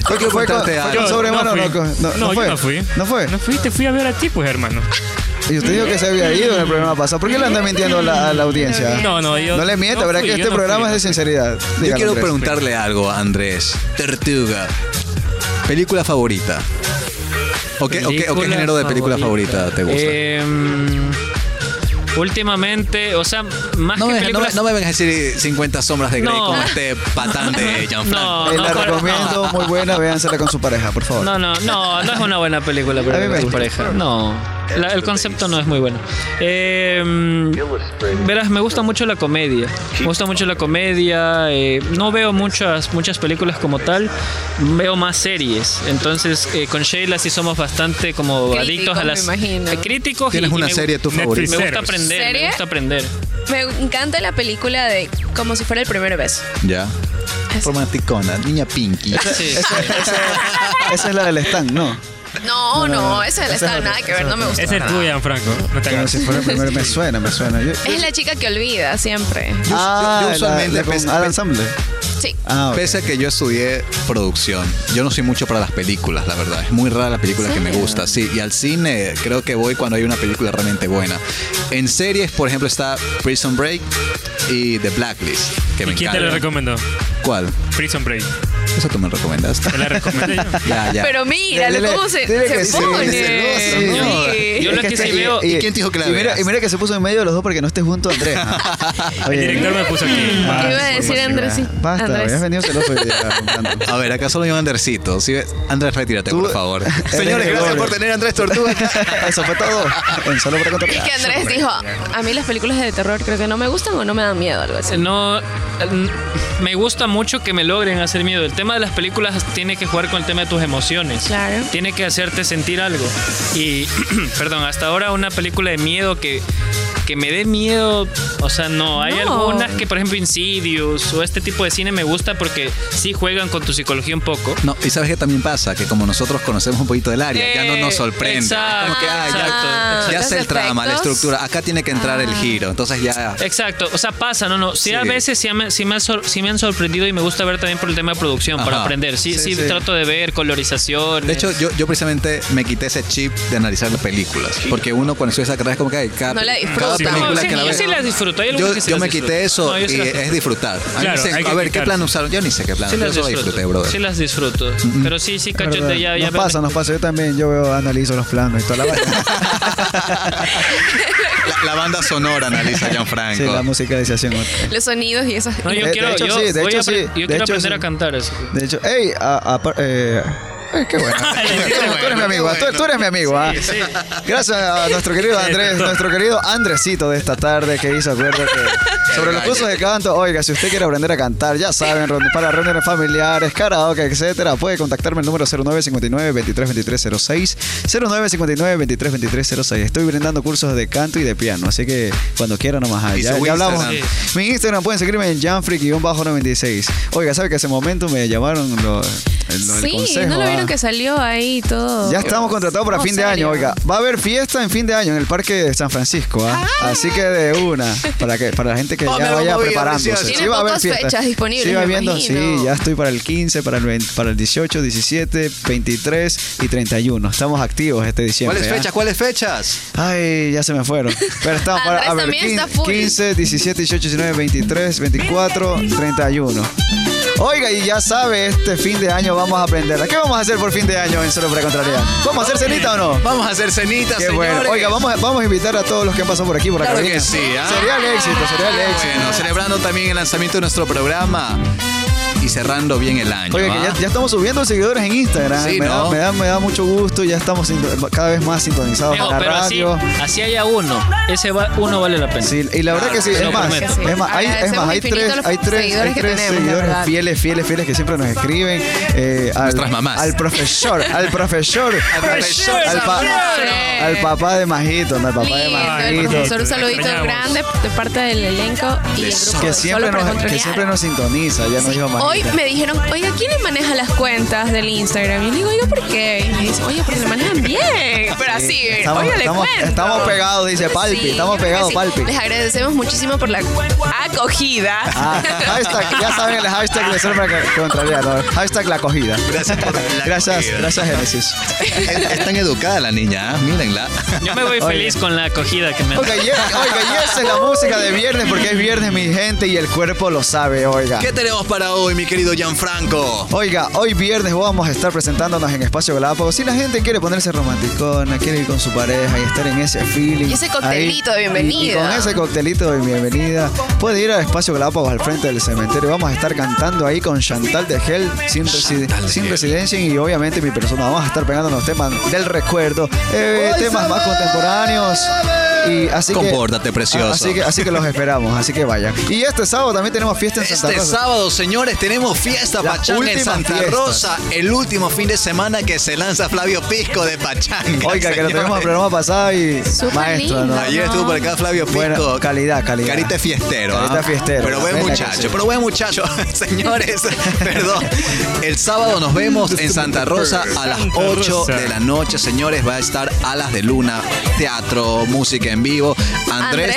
Speaker 3: Fue que fue con,
Speaker 1: Contate
Speaker 3: fue con
Speaker 1: algo.
Speaker 3: sobremano,
Speaker 2: no,
Speaker 3: no,
Speaker 2: fui.
Speaker 3: con- no,
Speaker 2: No, yo
Speaker 3: fue.
Speaker 2: no fui.
Speaker 3: No fue.
Speaker 2: No fui, te fui a ver a ti, pues, hermano.
Speaker 3: Y usted dijo que se había ido en el programa pasado. ¿Por qué le anda mintiendo a la, a la audiencia?
Speaker 2: No, no, yo.
Speaker 3: No le mienta, ¿verdad?
Speaker 2: fui,
Speaker 3: que
Speaker 2: yo
Speaker 3: este
Speaker 2: no
Speaker 3: programa
Speaker 2: fui.
Speaker 3: es de sinceridad.
Speaker 1: Yo quiero
Speaker 3: Dígalo, Andrés.
Speaker 1: preguntarle algo a Andrés. Tortuga. ¿Película favorita? ¿O qué, o qué- o qué género de película favorita, Eh, te gusta?
Speaker 5: Em, últimamente, o sea,
Speaker 2: Ah,
Speaker 5: más
Speaker 1: no, me, no,
Speaker 5: que
Speaker 1: me-
Speaker 5: películas...
Speaker 1: no me vengas a decir 50 sombras de Grey
Speaker 5: No.
Speaker 1: como este patán de Jean-Franco.
Speaker 5: No,
Speaker 3: Eh, la
Speaker 5: no,
Speaker 3: recomiendo, muy buena, véansela con su pareja, por favor.
Speaker 5: No, no, no, no es una buena película
Speaker 3: A
Speaker 5: para
Speaker 3: mí
Speaker 5: ver
Speaker 3: me
Speaker 5: con tu
Speaker 3: gusta.
Speaker 5: pareja. No, La- el concepto no es muy bueno. Eh, mm, verás, me gusta mucho la comedia. Me gusta mucho la comedia. eh, no veo muchas, muchas películas como tal. Veo más series. Entonces, eh, con Sheila sí somos bastante como
Speaker 7: Críticos,
Speaker 5: adictos a
Speaker 7: me
Speaker 5: las
Speaker 7: imagino.
Speaker 5: eh, críticos. y-
Speaker 1: ¿Tienes
Speaker 5: y
Speaker 1: una
Speaker 5: me-
Speaker 1: serie tu
Speaker 2: Netflix.
Speaker 1: favorita?
Speaker 5: Me gusta
Speaker 2: Ceros.
Speaker 5: aprender, me
Speaker 7: ¿Serie?
Speaker 5: gusta aprender.
Speaker 7: Me encanta la película de como si fuera el primer beso.
Speaker 1: Ya. Romanticona, niña Pinky.
Speaker 5: Sí.
Speaker 3: Esa es la del stand, ¿no.
Speaker 7: No, no,
Speaker 3: no, no,
Speaker 7: esa no está
Speaker 3: esa es
Speaker 7: nada
Speaker 3: otra,
Speaker 7: que ver, no me gusta.
Speaker 2: Ese es tuyo, Gianfranco. No te
Speaker 3: Como
Speaker 2: hagas.
Speaker 3: si fuera el primer. Me suena, me suena. Yo,
Speaker 7: Es la chica que olvida siempre.
Speaker 1: Yo- yo- yo
Speaker 2: Ah,
Speaker 1: usualmente
Speaker 3: la, la con
Speaker 1: pes-
Speaker 3: Adam Sandler.
Speaker 7: Sí.
Speaker 3: Ah, ok.
Speaker 1: Pese a que yo estudié producción, yo no soy mucho para las películas, la verdad. Es muy rara la película que me gusta, sí. Y al cine creo que voy cuando hay una película realmente buena. En series, por ejemplo, está Prison Break y The Blacklist, que me
Speaker 2: ¿Y quién te
Speaker 1: encanta.
Speaker 2: lo recomendó?
Speaker 1: ¿Cuál?
Speaker 2: Prison Break.
Speaker 1: Eso tú me recomendaste.
Speaker 2: Te la recomendé yo.
Speaker 1: ya, ya.
Speaker 7: Pero mira,
Speaker 3: Dile-
Speaker 7: cómo se,
Speaker 3: dile
Speaker 7: se
Speaker 3: que sí,
Speaker 7: pone.
Speaker 1: es celoso,
Speaker 7: Sí.
Speaker 5: Yo
Speaker 3: Es
Speaker 5: lo que
Speaker 3: está-
Speaker 5: sí veo-
Speaker 1: ¿Y quién te dijo que la
Speaker 3: y mira,
Speaker 1: veas?
Speaker 3: y mira que se puso en medio de los dos para que no estés junto a Andrés. ¿no?
Speaker 2: El
Speaker 3: Oye,
Speaker 2: director me puso aquí.
Speaker 7: Iba
Speaker 2: Va.
Speaker 7: a decir Andrés. sí.
Speaker 3: Basta,
Speaker 7: Andrés.
Speaker 3: has venido celoso. hoy día, Fernando.
Speaker 1: A ver, acá solo hay un Andercito. ¿sí ves? Andrés, retírate,
Speaker 3: Tú-
Speaker 1: por favor.
Speaker 3: eres
Speaker 1: Señores,
Speaker 3: el
Speaker 1: gracias
Speaker 3: doble.
Speaker 1: por tener a Andrés Tortuga acá.
Speaker 3: Eso fue todo. En solo para contar.
Speaker 7: Es que Andrés dijo, a mí las películas de terror creo que no me gustan o no me dan miedo, algo así.
Speaker 5: este, No, n- me gusta mucho que me logren hacer miedo. El tema de las películas tiene que jugar con el tema de tus emociones.
Speaker 7: Claro.
Speaker 5: Tiene que hacerte sentir algo. Y, perdón, hasta ahora una película de miedo que, que me dé miedo, o sea, no. Hay
Speaker 7: No.
Speaker 5: algunas que, por ejemplo, Insidious o este tipo de cine me gusta porque sí juegan con tu psicología un poco.
Speaker 1: No, y sabes que también pasa que como nosotros conocemos un poquito del área, ya no nos
Speaker 5: Eh,
Speaker 1: sorprende. Es
Speaker 5: Exacto,
Speaker 1: como que, ah, ya-
Speaker 7: Ah,
Speaker 5: exacto,
Speaker 1: ya,
Speaker 5: exacto.
Speaker 7: Los Ah.
Speaker 1: sé el trama, la
Speaker 7: efectos.
Speaker 1: estructura. Acá tiene que entrar el giro. Entonces ya.
Speaker 5: Exacto, o sea, pasa, no, no. Sí, a
Speaker 1: Sí.
Speaker 5: veces sí, me- sí me, han sor- sí me han sorprendido y me gusta ver también por el tema de producción, para
Speaker 1: Ajá.
Speaker 5: aprender. Sí,
Speaker 3: Sí,
Speaker 5: sí,
Speaker 3: sí.
Speaker 5: trato de ver colorización.
Speaker 1: De hecho, yo, yo precisamente me quité ese chip de analizar las películas. Porque uno cuando estudia esa carrera es como que hay cada,
Speaker 7: No la
Speaker 1: cada
Speaker 7: disfruta.
Speaker 1: película
Speaker 5: sí,
Speaker 1: que la
Speaker 5: yo
Speaker 1: ve.
Speaker 5: sí las disfruto. Hay algunas
Speaker 1: yo
Speaker 5: que sí
Speaker 1: yo
Speaker 5: las
Speaker 1: me
Speaker 5: disfruto.
Speaker 1: quité eso
Speaker 5: No,
Speaker 1: y
Speaker 5: yo sí las
Speaker 1: es disfrutar. A, mí me
Speaker 2: Claro,
Speaker 1: dicen,
Speaker 2: hay que
Speaker 1: a ver, ¿qué
Speaker 2: quitarse.
Speaker 1: plan usaron? Yo ni sé qué plan.
Speaker 5: Sí
Speaker 1: yo
Speaker 5: las
Speaker 1: solo
Speaker 5: disfruto.
Speaker 1: disfruté, brother. Mm-hmm.
Speaker 5: Sí las disfruto. Pero sí, sí, cachote, ya, ya.
Speaker 3: nos pasa, nos pasa. Yo también, yo veo, analizo los planos y toda la vaina.
Speaker 1: la, la banda sonora analiza Gianfranco.
Speaker 3: Sí, la musicalización.
Speaker 7: Los sonidos y esas.
Speaker 5: No, yo
Speaker 3: De- de
Speaker 5: quiero,
Speaker 3: hecho,
Speaker 5: yo,
Speaker 3: sí, de
Speaker 5: voy
Speaker 3: hecho,
Speaker 5: a apre-
Speaker 3: sí.
Speaker 5: yo
Speaker 3: De
Speaker 5: quiero
Speaker 3: hecho,
Speaker 5: aprender
Speaker 3: sí.
Speaker 5: a cantar eso.
Speaker 3: De hecho, hey, a, a- eh, eh, qué bueno. Tú eres- tú eres mi amigo, ah, tú, tú eres mi amigo. ah. Gracias a nuestro querido Andrés, nuestro querido Andresito de esta tarde que hizo acuerdo que sobre los cursos de canto. Oiga, si usted quiere aprender a cantar, ya saben, reuni- para reuniones familiares, karaoke, etcétera, puede contactarme al número 0959-232306. 0959-232306. Estoy brindando cursos de canto y de piano, así que cuando quiera nomás
Speaker 1: Y
Speaker 3: allá.
Speaker 1: su
Speaker 3: Ya hablamos.
Speaker 1: Instagram.
Speaker 3: Mi Instagram pueden seguirme en Janfreak-96. Oiga, ¿sabe que hace momento me llamaron los
Speaker 7: Sí, ¿no lo
Speaker 3: ah?
Speaker 7: vieron que salió ahí todo?
Speaker 3: ya estamos contratados para
Speaker 7: No,
Speaker 3: fin de
Speaker 7: serio.
Speaker 3: año, oiga. Va a haber fiesta en fin de año en el Parque de San Francisco, ¿ah? Así que de una, para que para la gente que
Speaker 1: Oh, me
Speaker 3: ya
Speaker 1: lo
Speaker 3: vaya
Speaker 1: moví,
Speaker 3: preparándose.
Speaker 1: delicioso.
Speaker 7: Tienen pocas fechas disponibles,
Speaker 3: Sí, va
Speaker 7: me
Speaker 3: viendo,
Speaker 7: imagino.
Speaker 3: sí, ya estoy para el 15, para el, 20, para el 18, 17, 23 y 31. Estamos activos este diciembre.
Speaker 1: ¿Cuáles
Speaker 3: ¿ah?
Speaker 1: fechas? ¿Cuáles fechas?
Speaker 3: Ay, ya se me fueron. Pero estamos para a
Speaker 7: Andrés
Speaker 3: ver,
Speaker 7: también está
Speaker 3: 15,
Speaker 7: full.
Speaker 3: 17, 18, 19, 23, 24, 31. Oiga, y ya sabe, este fin de año vamos a aprender. ¿Qué vamos a hacer por fin de año en Solo para Contrariar? ¿Vamos a hacer cenita o no?
Speaker 1: Vamos a hacer cenitas,
Speaker 3: Qué
Speaker 1: señores.
Speaker 3: bueno. Oiga, vamos a, vamos a invitar a todos los que han pasado por aquí, por la
Speaker 1: Claro
Speaker 3: cabina.
Speaker 1: que sí, ¿ah?
Speaker 3: Sería el éxito, sería el éxito.
Speaker 1: Bueno, celebrando también el lanzamiento de nuestro programa y cerrando bien el año.
Speaker 3: Oiga, que
Speaker 1: ¿ah?
Speaker 3: ya, ya estamos subiendo seguidores en Instagram.
Speaker 1: Sí,
Speaker 3: me,
Speaker 1: ¿no?
Speaker 3: da, me, da, me da mucho gusto, ya estamos sinto- cada vez más sintonizados
Speaker 5: Pero,
Speaker 3: a la
Speaker 5: pero así,
Speaker 3: radio.
Speaker 5: así haya uno. Ese va- uno vale la pena.
Speaker 3: Sí, y la
Speaker 1: Ah,
Speaker 3: verdad que sí,
Speaker 5: Te lo
Speaker 3: es más,
Speaker 5: prometo.
Speaker 3: es más, hay, es más, hay
Speaker 7: Agradecemos infinito
Speaker 3: tres,
Speaker 7: los
Speaker 3: hay tres,
Speaker 7: seguidores
Speaker 3: hay
Speaker 7: que
Speaker 3: tres
Speaker 7: tenemos, la
Speaker 3: seguidores
Speaker 7: verdad.
Speaker 3: fieles, fieles, fieles que siempre nos escriben. eh, al,
Speaker 1: Nuestras mamás.
Speaker 3: Al profesor, al profesor, al
Speaker 1: profesor
Speaker 3: al, pa-
Speaker 7: Samuel.
Speaker 3: al papá de Majito, no, al papá de
Speaker 7: Lindo, el
Speaker 3: Majito.
Speaker 7: profesor, un saludito
Speaker 2: Extrañamos.
Speaker 7: grande de parte del elenco y el grupo.
Speaker 3: Que
Speaker 7: de Solo
Speaker 3: siempre,
Speaker 7: para
Speaker 3: nos, que
Speaker 7: Contrariar.
Speaker 3: siempre nos sintoniza, ya nos dijo Majito.
Speaker 7: Hoy me dijeron, oiga, ¿quién le maneja las cuentas del Instagram? Y le digo, oiga, ¿por qué? Y me dicen, oye, pero se manejan bien. Pero así,
Speaker 3: estamos,
Speaker 7: oiga, le
Speaker 3: estamos,
Speaker 7: cuento.
Speaker 3: estamos pegados, dice Palpi,
Speaker 7: Sí,
Speaker 3: estamos
Speaker 7: yo creo
Speaker 3: pegados,
Speaker 7: que sí.
Speaker 3: Palpi.
Speaker 7: Les agradecemos muchísimo por la acogida.
Speaker 3: Ah, hashtag, ya saben el hashtag de Solo para Contrariar, ¿no? hashtag la acogida.
Speaker 1: Gracias por la
Speaker 3: Gracias,
Speaker 1: acogida.
Speaker 3: gracias Génesis.
Speaker 1: Es, es tan educada la niña, ¿ah? mírenla.
Speaker 5: Yo me voy feliz con la acogida que me
Speaker 3: Oiga, y, es- oiga, y esa es la música de viernes porque es viernes, mi gente, y el cuerpo lo sabe, oiga.
Speaker 1: ¿Qué tenemos para hoy, mi querido Gianfranco?
Speaker 3: Oiga, hoy viernes vamos a estar presentándonos en Espacio Galápagos. Si la gente quiere ponerse romanticona, quiere ir con su pareja y estar en ese feeling.
Speaker 4: Y ese coctelito
Speaker 3: ahí,
Speaker 4: de bienvenida.
Speaker 3: Y, y con ese coctelito de bienvenida, puede ir a Espacio Galápagos al frente del cementerio. Vamos a estar cantando ahí con Chantal de Gel, sin, resi-
Speaker 1: Chantal de
Speaker 3: sin
Speaker 1: Gel.
Speaker 3: residencia y obviamente mi persona. Vamos a estar pegándonos temas del recuerdo, eh, temas más contemporáneos. Y así que-
Speaker 1: Compórtate, precioso.
Speaker 3: Así que, así que los esperamos, así que vayan. Y este sábado también tenemos fiesta en Santa
Speaker 1: Este
Speaker 3: Rosa.
Speaker 1: sábado, señores, tenemos fiesta
Speaker 3: La
Speaker 1: Pachanga en
Speaker 3: última
Speaker 1: Santa
Speaker 3: fiesta.
Speaker 1: Rosa, el último fin de semana que se lanza Flavio Pisco de Pachanga.
Speaker 3: Oiga, que lo
Speaker 1: señores.
Speaker 3: tenemos el programa pasado y
Speaker 7: Súper
Speaker 3: maestro,
Speaker 7: lindo.
Speaker 3: ¿no?
Speaker 1: Ayer estuvo por acá Flavio Pisco.
Speaker 3: Bueno, calidad, calidad.
Speaker 1: Carita de fiestero.
Speaker 3: Carita
Speaker 1: ¿ah?
Speaker 3: fiestero,
Speaker 1: Pero buen
Speaker 3: venga que sí.
Speaker 1: muchacho, pero buen muchacho. Señores, perdón. El sábado nos vemos en Santa Rosa a las
Speaker 2: Santa
Speaker 1: 8
Speaker 2: Rosa.
Speaker 1: de la noche. Señores, va a estar Alas de Luna, teatro, música en vivo. Andrés,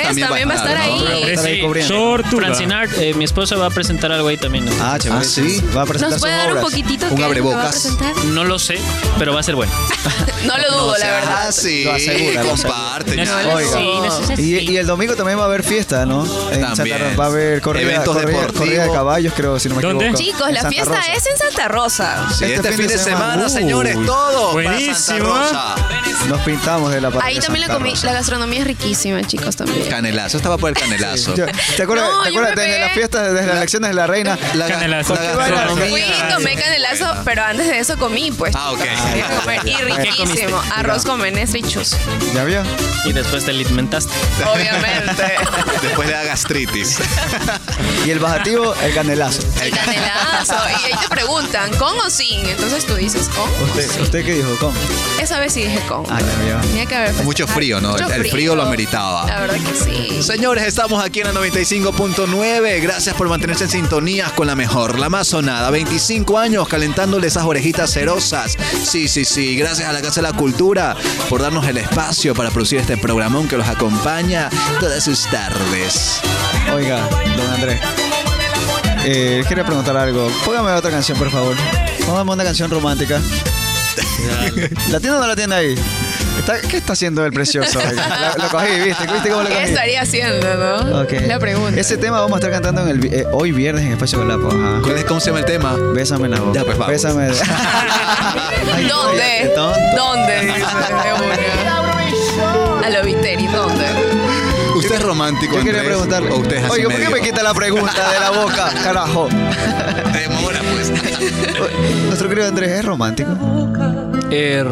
Speaker 7: Andrés
Speaker 1: también,
Speaker 7: también
Speaker 1: va a estar
Speaker 7: ahí.
Speaker 1: ¿no?
Speaker 3: Vamos a estar ahí
Speaker 5: Sí,
Speaker 3: cubriendo.
Speaker 2: Tortura.
Speaker 5: Francinar, eh, mi esposa va a presentar algo ahí también. ¿no?
Speaker 3: Ah, chévere.
Speaker 1: Ah, ¿sí?
Speaker 3: Va a presentar
Speaker 7: ¿Nos puede
Speaker 3: sus
Speaker 7: dar un
Speaker 3: obras.
Speaker 7: poquitito?
Speaker 1: Un
Speaker 7: que
Speaker 1: abrebocas.
Speaker 7: va a presentar?
Speaker 5: No lo sé, pero va a ser bueno.
Speaker 7: No lo dudo,
Speaker 1: No,
Speaker 7: la verdad.
Speaker 1: Ah, sí.
Speaker 3: Lo asegura, lo asegura.
Speaker 1: Comparte.
Speaker 5: No,
Speaker 1: ya.
Speaker 3: Oiga.
Speaker 5: Sí, no sé si-
Speaker 3: Y, y el domingo también va a haber fiesta, ¿no? En Santa
Speaker 1: También.
Speaker 3: Rosa. Va a haber corrida,
Speaker 1: Eventos
Speaker 3: corrida-
Speaker 1: deportivos.
Speaker 3: corrida de caballos, creo, si no me
Speaker 2: ¿Dónde?
Speaker 3: equivoco.
Speaker 4: Chicos,
Speaker 3: En
Speaker 4: la
Speaker 3: Santa
Speaker 4: fiesta
Speaker 3: Rosa.
Speaker 4: es en Santa Rosa.
Speaker 1: Sí, este, fin de semana,
Speaker 3: Uy.
Speaker 1: señores, todo
Speaker 2: Buenísimo,
Speaker 1: para Santa Rosa.
Speaker 3: Nos pintamos de la pared
Speaker 7: Ahí
Speaker 3: de
Speaker 7: también la,
Speaker 3: Santa
Speaker 7: comi-
Speaker 3: Rosa.
Speaker 7: la gastronomía es riquísima, chicos, también.
Speaker 1: Canelazo, estaba por el canelazo.
Speaker 3: Yo- ¿Te acuerdas,
Speaker 7: No,
Speaker 3: ¿te
Speaker 7: yo
Speaker 3: acuerdas
Speaker 7: me
Speaker 3: desde
Speaker 7: pegué.
Speaker 3: las fiestas, desde las elecciones de la reina?
Speaker 1: La,
Speaker 2: Canelazo.
Speaker 1: la
Speaker 2: Cualquier
Speaker 1: gastronomía.
Speaker 7: Fui, tomé
Speaker 1: es
Speaker 7: canelazo,
Speaker 1: buena.
Speaker 7: pero antes de eso comí, pues.
Speaker 1: Ah, ok.
Speaker 7: Tenía que comer. Y riquísimo.
Speaker 5: comiste?
Speaker 7: Arroz con menestra y chuzo.
Speaker 3: ¿Ya vio?
Speaker 5: Y después te alimentaste.
Speaker 7: Obviamente.
Speaker 1: Después de la gastritis.
Speaker 3: Y el bajativo, el canelazo.
Speaker 7: El canelazo. Y ahí te preguntan, ¿con o sin? Entonces tú dices, ¿con?
Speaker 3: ¿Usted, ¿Usted qué dijo? ¿Cómo?
Speaker 7: Esa vez sí dije con.
Speaker 3: Ah, ya vio.
Speaker 7: Tenía que haber festejado.
Speaker 1: Mucho frío, ¿no? El- el frío lo ameritaba.
Speaker 7: La verdad que sí.
Speaker 1: Señores, estamos aquí en la 95.9. Gracias por mantenerse en sintonía con la mejor, la más sonada. 25 años calentándole esas orejitas cerosas. Sí, sí, sí. Gracias a la Casa de la Cultura por darnos el espacio para producir este programón que los acompaña todas sus tardes.
Speaker 3: Oiga, don Andrés. Eh, quería preguntar algo. Póngame otra canción, por favor. Póngame una canción romántica. ¿La tiene o no la tiene ahí? Está- ¿Qué está haciendo el precioso? oiga? Lo, lo cogí, ¿viste? ¿Viste cómo lo
Speaker 7: ¿Qué
Speaker 3: cogí?
Speaker 7: estaría haciendo, no?
Speaker 3: Ok.
Speaker 7: La pregunta.
Speaker 3: Ese tema vamos a estar cantando en el, vi- eh, hoy viernes en Espacio Galápagos. ajá.
Speaker 1: ¿Cuál es- ¿Cómo se llama el tema?
Speaker 3: Bésame la boca.
Speaker 1: Ya, pues, vamos.
Speaker 3: Bésame. Ay, qué
Speaker 7: ¿Dónde?
Speaker 3: tonto.
Speaker 7: ¿Dónde? Dice de una. A lo Viteri, ¿dónde?
Speaker 1: ¿Usted es romántico,
Speaker 3: Yo quería
Speaker 1: Andrés?
Speaker 3: preguntarle.
Speaker 1: ¿O usted es así
Speaker 3: Oiga, ¿por qué
Speaker 1: medio?
Speaker 3: me quita la pregunta de la boca? Carajo.
Speaker 1: Demora, pues.
Speaker 3: Nuestro querido Andrés es romántico.
Speaker 5: Eh,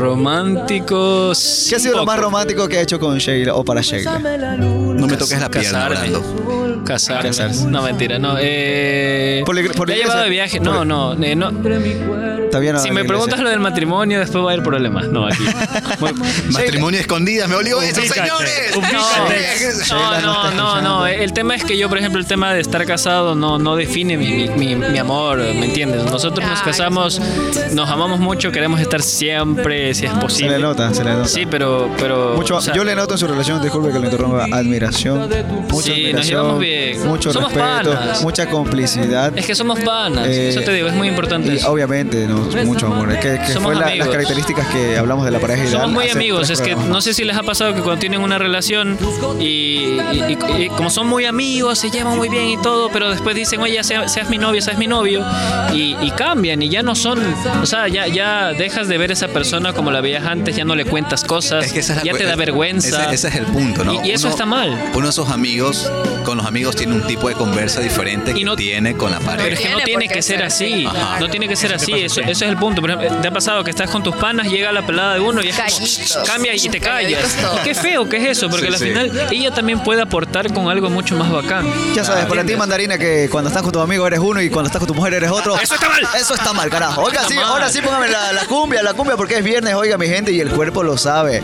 Speaker 5: románticos.
Speaker 3: ¿Qué ha sido lo más romántico que ha hecho con Sheila o para Sheila?
Speaker 1: No me toques la pierna,
Speaker 5: Casarme.
Speaker 1: Orlando.
Speaker 5: Casarme.
Speaker 3: Casarse.
Speaker 5: No, mentira, no. Eh,
Speaker 3: Por la- por la
Speaker 5: la he llevado de
Speaker 3: iglesia.
Speaker 5: viaje. No, no, eh, no.
Speaker 3: Está bien,
Speaker 5: Si me preguntas lo del matrimonio, después va a haber problemas. No, aquí. Muy-
Speaker 1: Matrimonio escondida, me olió eso,
Speaker 2: Ubícate,
Speaker 1: señores.
Speaker 2: ubícate.
Speaker 5: No, no, no, no. El tema es que yo, por ejemplo, el tema de estar casado no, no define mi, mi- mi- mi amor, ¿me entiendes? Nosotros nos casamos, nos amamos mucho, queremos estar siempre, si es
Speaker 3: Se le
Speaker 5: posible.
Speaker 3: nota, se le nota.
Speaker 5: Sí, pero... pero
Speaker 3: Mucho-
Speaker 5: o sea,
Speaker 3: yo le noto en su relación, disculpe que lo interrumpa, admiración, mucha
Speaker 5: Sí, nos
Speaker 3: admiración,
Speaker 5: llevamos bien.
Speaker 3: mucho
Speaker 5: Somos
Speaker 3: respeto,
Speaker 5: panas.
Speaker 3: mucha complicidad
Speaker 5: Es que somos panas,
Speaker 3: Eh,
Speaker 5: eso te digo, es muy importante.
Speaker 3: y
Speaker 5: eso.
Speaker 3: obviamente, ¿no? tenemos mucho amor. eh, Que, que
Speaker 5: Somos
Speaker 3: fue la- las
Speaker 5: amigos.
Speaker 3: características que hablamos de la pareja ideal.
Speaker 5: Somos muy
Speaker 3: hace
Speaker 5: amigos,
Speaker 3: tres
Speaker 5: es que
Speaker 3: programas.
Speaker 5: no sé si les ha pasado que cuando tienen una relación y, y- y- y como son muy amigos, se llevan muy bien y todo, pero después dicen, oye, ya sea- seas mi novia, seas mi novio, y, y cambian y ya no son, o sea, ya, ya dejas de ver a esa persona como la veías antes, ya no le cuentas cosas,
Speaker 1: Es que esa es la
Speaker 5: ya
Speaker 1: cu-
Speaker 5: te da
Speaker 1: es-
Speaker 5: vergüenza.
Speaker 1: Ese, ese es el punto, ¿no?
Speaker 5: Y- y eso está mal.
Speaker 1: Uno de sus amigos, con los amigos, tiene un tipo de conversa diferente
Speaker 5: Y
Speaker 1: que
Speaker 5: no-
Speaker 1: tiene con la
Speaker 5: Pero es
Speaker 1: pareja.
Speaker 5: que no
Speaker 7: tiene
Speaker 5: tiene
Speaker 7: por qué
Speaker 5: que ser
Speaker 7: ser
Speaker 1: así.
Speaker 5: así.
Speaker 1: Ajá.
Speaker 5: No tiene que ser
Speaker 2: Eso te
Speaker 5: así.
Speaker 2: pasa
Speaker 5: Eso,
Speaker 2: siempre.
Speaker 5: eso es el punto. Por ejemplo, te ha pasado que estás con tus panas, llega la pelada de uno y es como,
Speaker 7: Callitos.
Speaker 5: cambia y te callas.
Speaker 7: Calladitos todos.
Speaker 5: Qué feo que es eso, porque
Speaker 1: Sí,
Speaker 5: al
Speaker 1: sí.
Speaker 5: final ella también puede aportar con algo mucho más bacán.
Speaker 3: Ya sabes, para ti, mandarina, que cuando estás con tus amigos eres uno y cuando estás con tu mujer eres otro.
Speaker 5: ¡Eso está mal!
Speaker 3: Eso está mal, carajo. Oiga,
Speaker 5: Está
Speaker 3: sí,
Speaker 5: mal.
Speaker 3: ahora sí póngame la, la cumbia, la cumbia porque es viernes, oiga, mi gente, y el cuerpo lo sabe.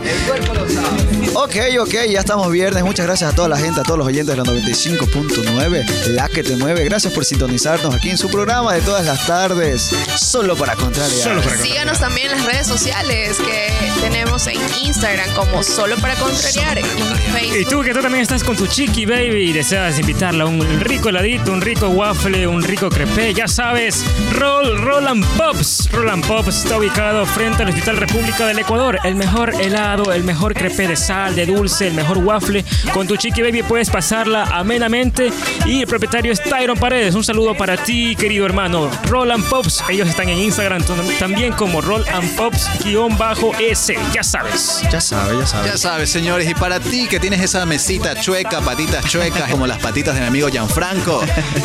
Speaker 3: Ok, ok, ya estamos viernes. Muchas gracias a toda la gente, a todos los oyentes de la 95.9, la que te mueve. Gracias por sintonizarnos aquí en su programa de todas las tardes, solo para contrariar.
Speaker 7: Síganos también en las redes sociales que tenemos en Instagram como Solo para Contrariar y en
Speaker 2: Y
Speaker 7: Facebook.
Speaker 2: tú que tú también estás con tu chiqui baby y deseas invitarla a un rico heladito, un rico waffle, un rico crepe, ya sabes, Roll, Roll and Pops. Roll and Pops está ubicado frente al Hospital República del Ecuador. El mejor helado, el mejor crepe de sal, de dulce, el mejor waffle. Con tu chiqui baby puedes pasarla amenamente. Y el propietario es Tyron Paredes. Un saludo para ti, querido hermano. Roll and Pops. Ellos están en Instagram tam- también como Roll and Pops-S. Ya sabes.
Speaker 3: Ya sabe, ya sabe.
Speaker 1: Ya sabes, señores, y para ti que tienes esa mesita chueca, patitas chuecas, como las patitas de mi amigo Gianfranco.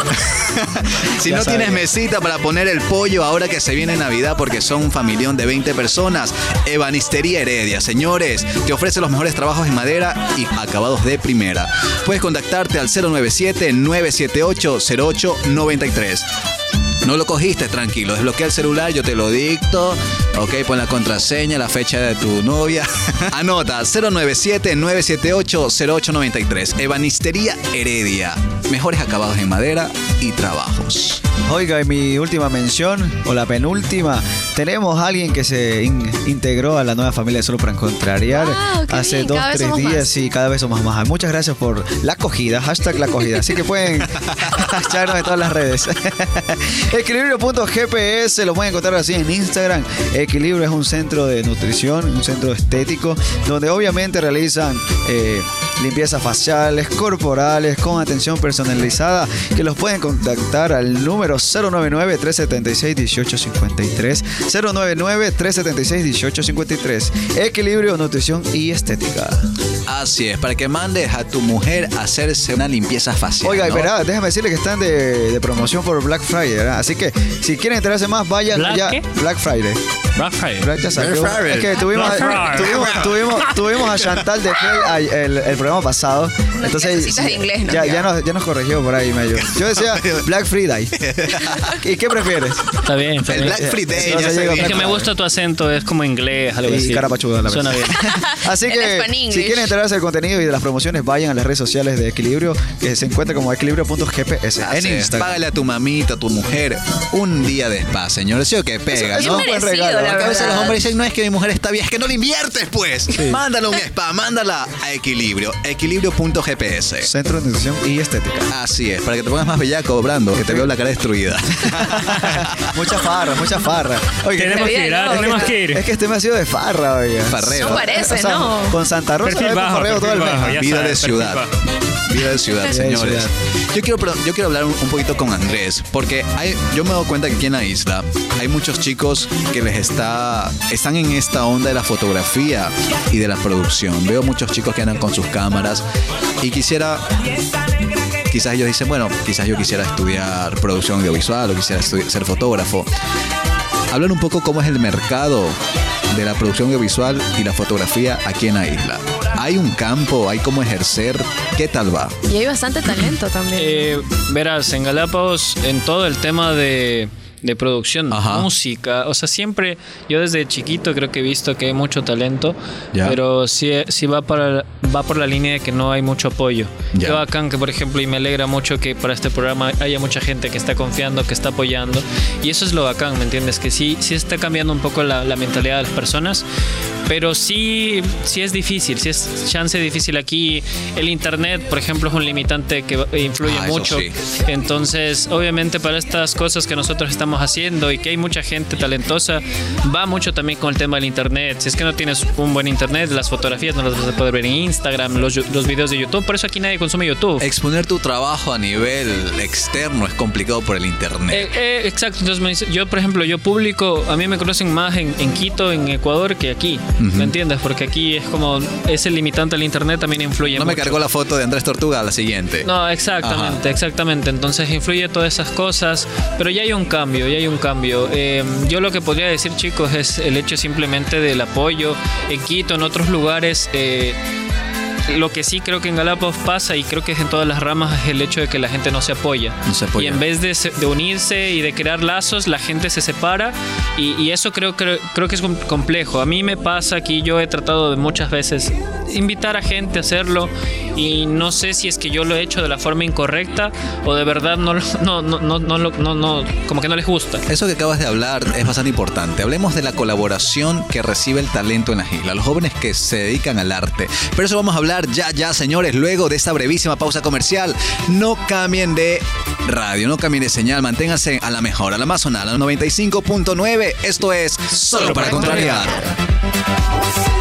Speaker 1: si
Speaker 3: Ya
Speaker 1: no
Speaker 3: sabes.
Speaker 1: tienes mesita para poner el pollo ahora que se viene Navidad, porque son un familión de 20 personas, Ebanistería Heredia, señores, te ofrece los mejores trabajos en madera y acabados de primera. Puedes contactarte al 097-978-0893. No lo cogiste, tranquilo. Desbloquea el celular, yo te lo dicto. Ok, pon la contraseña, la fecha de tu novia. Anota 097-978-0893. Ebanistería Heredia. Mejores acabados en madera y trabajos.
Speaker 3: Oiga, y mi última mención, o la penúltima, tenemos a alguien que se in- integró a la nueva familia de Solo para Contrariar
Speaker 7: Wow, qué
Speaker 3: hace
Speaker 7: bien,
Speaker 3: dos,
Speaker 7: cada vez
Speaker 3: tres
Speaker 7: somos
Speaker 3: días
Speaker 7: más.
Speaker 3: y cada vez somos más. Muchas gracias por la acogida, hashtag la acogida. Así que pueden echarnos en todas las redes. Equilibrio.gps, lo pueden encontrar así en Instagram. Equilibrio es un centro de nutrición, un centro estético, donde obviamente realizan eh, limpiezas faciales, corporales, con atención personalizada, que los pueden contactar al número 099-376-1853. 099-376-1853. Equilibrio, nutrición y estética.
Speaker 1: Así es, para que mandes a tu mujer a hacerse una limpieza facial.
Speaker 3: Oiga, y
Speaker 1: ¿no?
Speaker 3: verá, déjame decirle que están de, de promoción por Black Friday, ¿verdad? Así que si quieren enterarse más, vayan
Speaker 5: ¿Black
Speaker 3: ya.
Speaker 5: qué?
Speaker 3: Black Friday. Black, ya saqué
Speaker 1: Black
Speaker 3: un-
Speaker 1: Friday.
Speaker 3: Es que tuvimos,
Speaker 2: Black Friday.
Speaker 3: tuvimos, tuvimos, tuvimos a Chantal de Gel a- el, el programa pasado. Entonces,
Speaker 7: necesitas de inglés, ¿no?
Speaker 3: ya, ya, nos, ya nos corrigió por ahí, medio. Yo decía Black Friday. ¿Y qué prefieres?
Speaker 5: Está bien, está
Speaker 1: El
Speaker 5: bien.
Speaker 1: Black Friday.
Speaker 3: No,
Speaker 1: ya
Speaker 3: se
Speaker 1: se
Speaker 3: llega
Speaker 1: viene.
Speaker 5: Es que me gusta tu acento, es como inglés, algo
Speaker 3: Y
Speaker 5: así.
Speaker 3: cara pachuda, la
Speaker 5: Suena bien.
Speaker 3: verdad. Así
Speaker 7: El
Speaker 3: que
Speaker 7: Spanish.
Speaker 3: si quieren enterarse del contenido y de las promociones, vayan a las redes sociales de Equilibrio, que se encuentra como equilibrio.gps
Speaker 1: Así
Speaker 3: en
Speaker 1: es,
Speaker 3: Instagram.
Speaker 1: Ah, Págale a tu mamita, a tu mujer, un día de spa, señores. Sí o que pega,
Speaker 3: es
Speaker 1: ¿no?
Speaker 3: un buen
Speaker 7: merecido,
Speaker 3: regalo.
Speaker 7: la
Speaker 1: Porque a veces
Speaker 7: verdad.
Speaker 1: los hombres dicen, no es que mi mujer está vieja, es que no le inviertes, pues. Mándala a un spa, mándala a Equilibrio, equilibrio.gps.
Speaker 3: Centro de Nutrición y Estética.
Speaker 1: Así es, para que te pongas más bellaco, Brando, que te veo la cara destruida.
Speaker 3: mucha farra, mucha farra. Oye,
Speaker 2: Tenemos que ir, ¿ah? tenemos que ir.
Speaker 3: Es que este me ha sido de farra, oiga.
Speaker 1: Farreo.
Speaker 7: No parece,
Speaker 3: O sea,
Speaker 7: ¿no?
Speaker 3: Con Santa Rosa
Speaker 2: Perfil
Speaker 3: de
Speaker 2: bajo,
Speaker 3: farreo todo el
Speaker 2: perfil
Speaker 3: mes.
Speaker 2: bajo, ya
Speaker 1: Vida
Speaker 2: sabes,
Speaker 1: de
Speaker 2: perfil
Speaker 1: ciudad.
Speaker 2: bajo.
Speaker 1: Vida de ciudad,
Speaker 3: Vida de
Speaker 1: señores.
Speaker 3: ciudad.
Speaker 1: Yo quiero, pro- yo quiero hablar un, un poquito con Andrés, porque hay, yo me doy cuenta que aquí en la isla hay muchos chicos que les está están en esta onda de la fotografía y de la producción. Veo muchos chicos que andan con sus cámaras y quisiera quizás ellos dicen, bueno, quizás yo quisiera estudiar producción audiovisual o quisiera estu- ser fotógrafo. Hablan un poco cómo es el mercado de la producción audiovisual y la fotografía aquí en la isla. ¿Hay un campo? ¿Hay cómo ejercer? ¿Qué tal va?
Speaker 7: Y hay bastante talento también.
Speaker 5: Eh, verás, en Galápagos, en todo el tema de, de producción,
Speaker 1: Ajá.
Speaker 5: música, o sea, siempre, yo desde chiquito creo que he visto que hay mucho talento,
Speaker 1: Ya.
Speaker 5: pero sí, sí va, para, va por la línea de que no hay mucho apoyo.
Speaker 1: Ya.
Speaker 5: Yo acá, que por ejemplo, y me alegra mucho que para este programa haya mucha gente que está confiando, que está apoyando, y eso es lo bacán, ¿me entiendes? Que sí, sí está cambiando un poco la, la mentalidad de las personas, Pero sí, sí es difícil, sí es chance difícil aquí. El internet, por ejemplo, es un limitante que va- influye
Speaker 1: Ah, eso
Speaker 5: mucho.
Speaker 1: sí.
Speaker 5: Entonces, obviamente para estas cosas que nosotros estamos haciendo y que hay mucha gente talentosa, va mucho también con el tema del internet. Si es que no tienes un buen internet, las fotografías no las vas a poder ver en Instagram, los, yu- los videos de YouTube. Por eso aquí nadie consume YouTube.
Speaker 1: Exponer tu trabajo a nivel externo es complicado por el internet.
Speaker 5: Eh, eh, exacto, entonces me dice- yo por ejemplo, yo publico, a mí me conocen más en, en Quito, en Ecuador, que aquí, ¿me entiendes? Porque aquí es como, ese limitante al internet también influye
Speaker 1: no me
Speaker 5: mucho.
Speaker 1: cargó la foto de Andrés Tortuga la siguiente.
Speaker 5: No, exactamente, exactamente. Entonces influye todas esas cosas, pero ya hay un cambio, ya hay un cambio. Eh, yo lo que podría decir, chicos, es el hecho simplemente del apoyo en Quito, en otros lugares. eh, lo que sí creo que en Galápagos pasa y creo que es en todas las ramas es el hecho de que la gente no se apoya.
Speaker 1: No se apoya.
Speaker 5: Y en vez de, se- de unirse y de crear lazos, la gente se separa y, y eso creo, creo, creo que es com- complejo. A mí me pasa que yo he tratado de muchas veces invitar a gente a hacerlo y no sé si es que yo lo he hecho de la forma incorrecta o de verdad no, lo- no, no, no, no, lo- no, no- como que no les gusta.
Speaker 1: Eso que acabas de hablar es bastante importante. Hablemos de la colaboración que recibe el talento en las islas, los jóvenes que se dedican al arte. Pero eso vamos a hablar ya, ya, señores, luego de esta brevísima pausa comercial. No cambien de radio, no cambien de señal, manténganse a la mejor, a la más sonada, a la 95.9. Esto es Solo para contrariar.
Speaker 6: Solo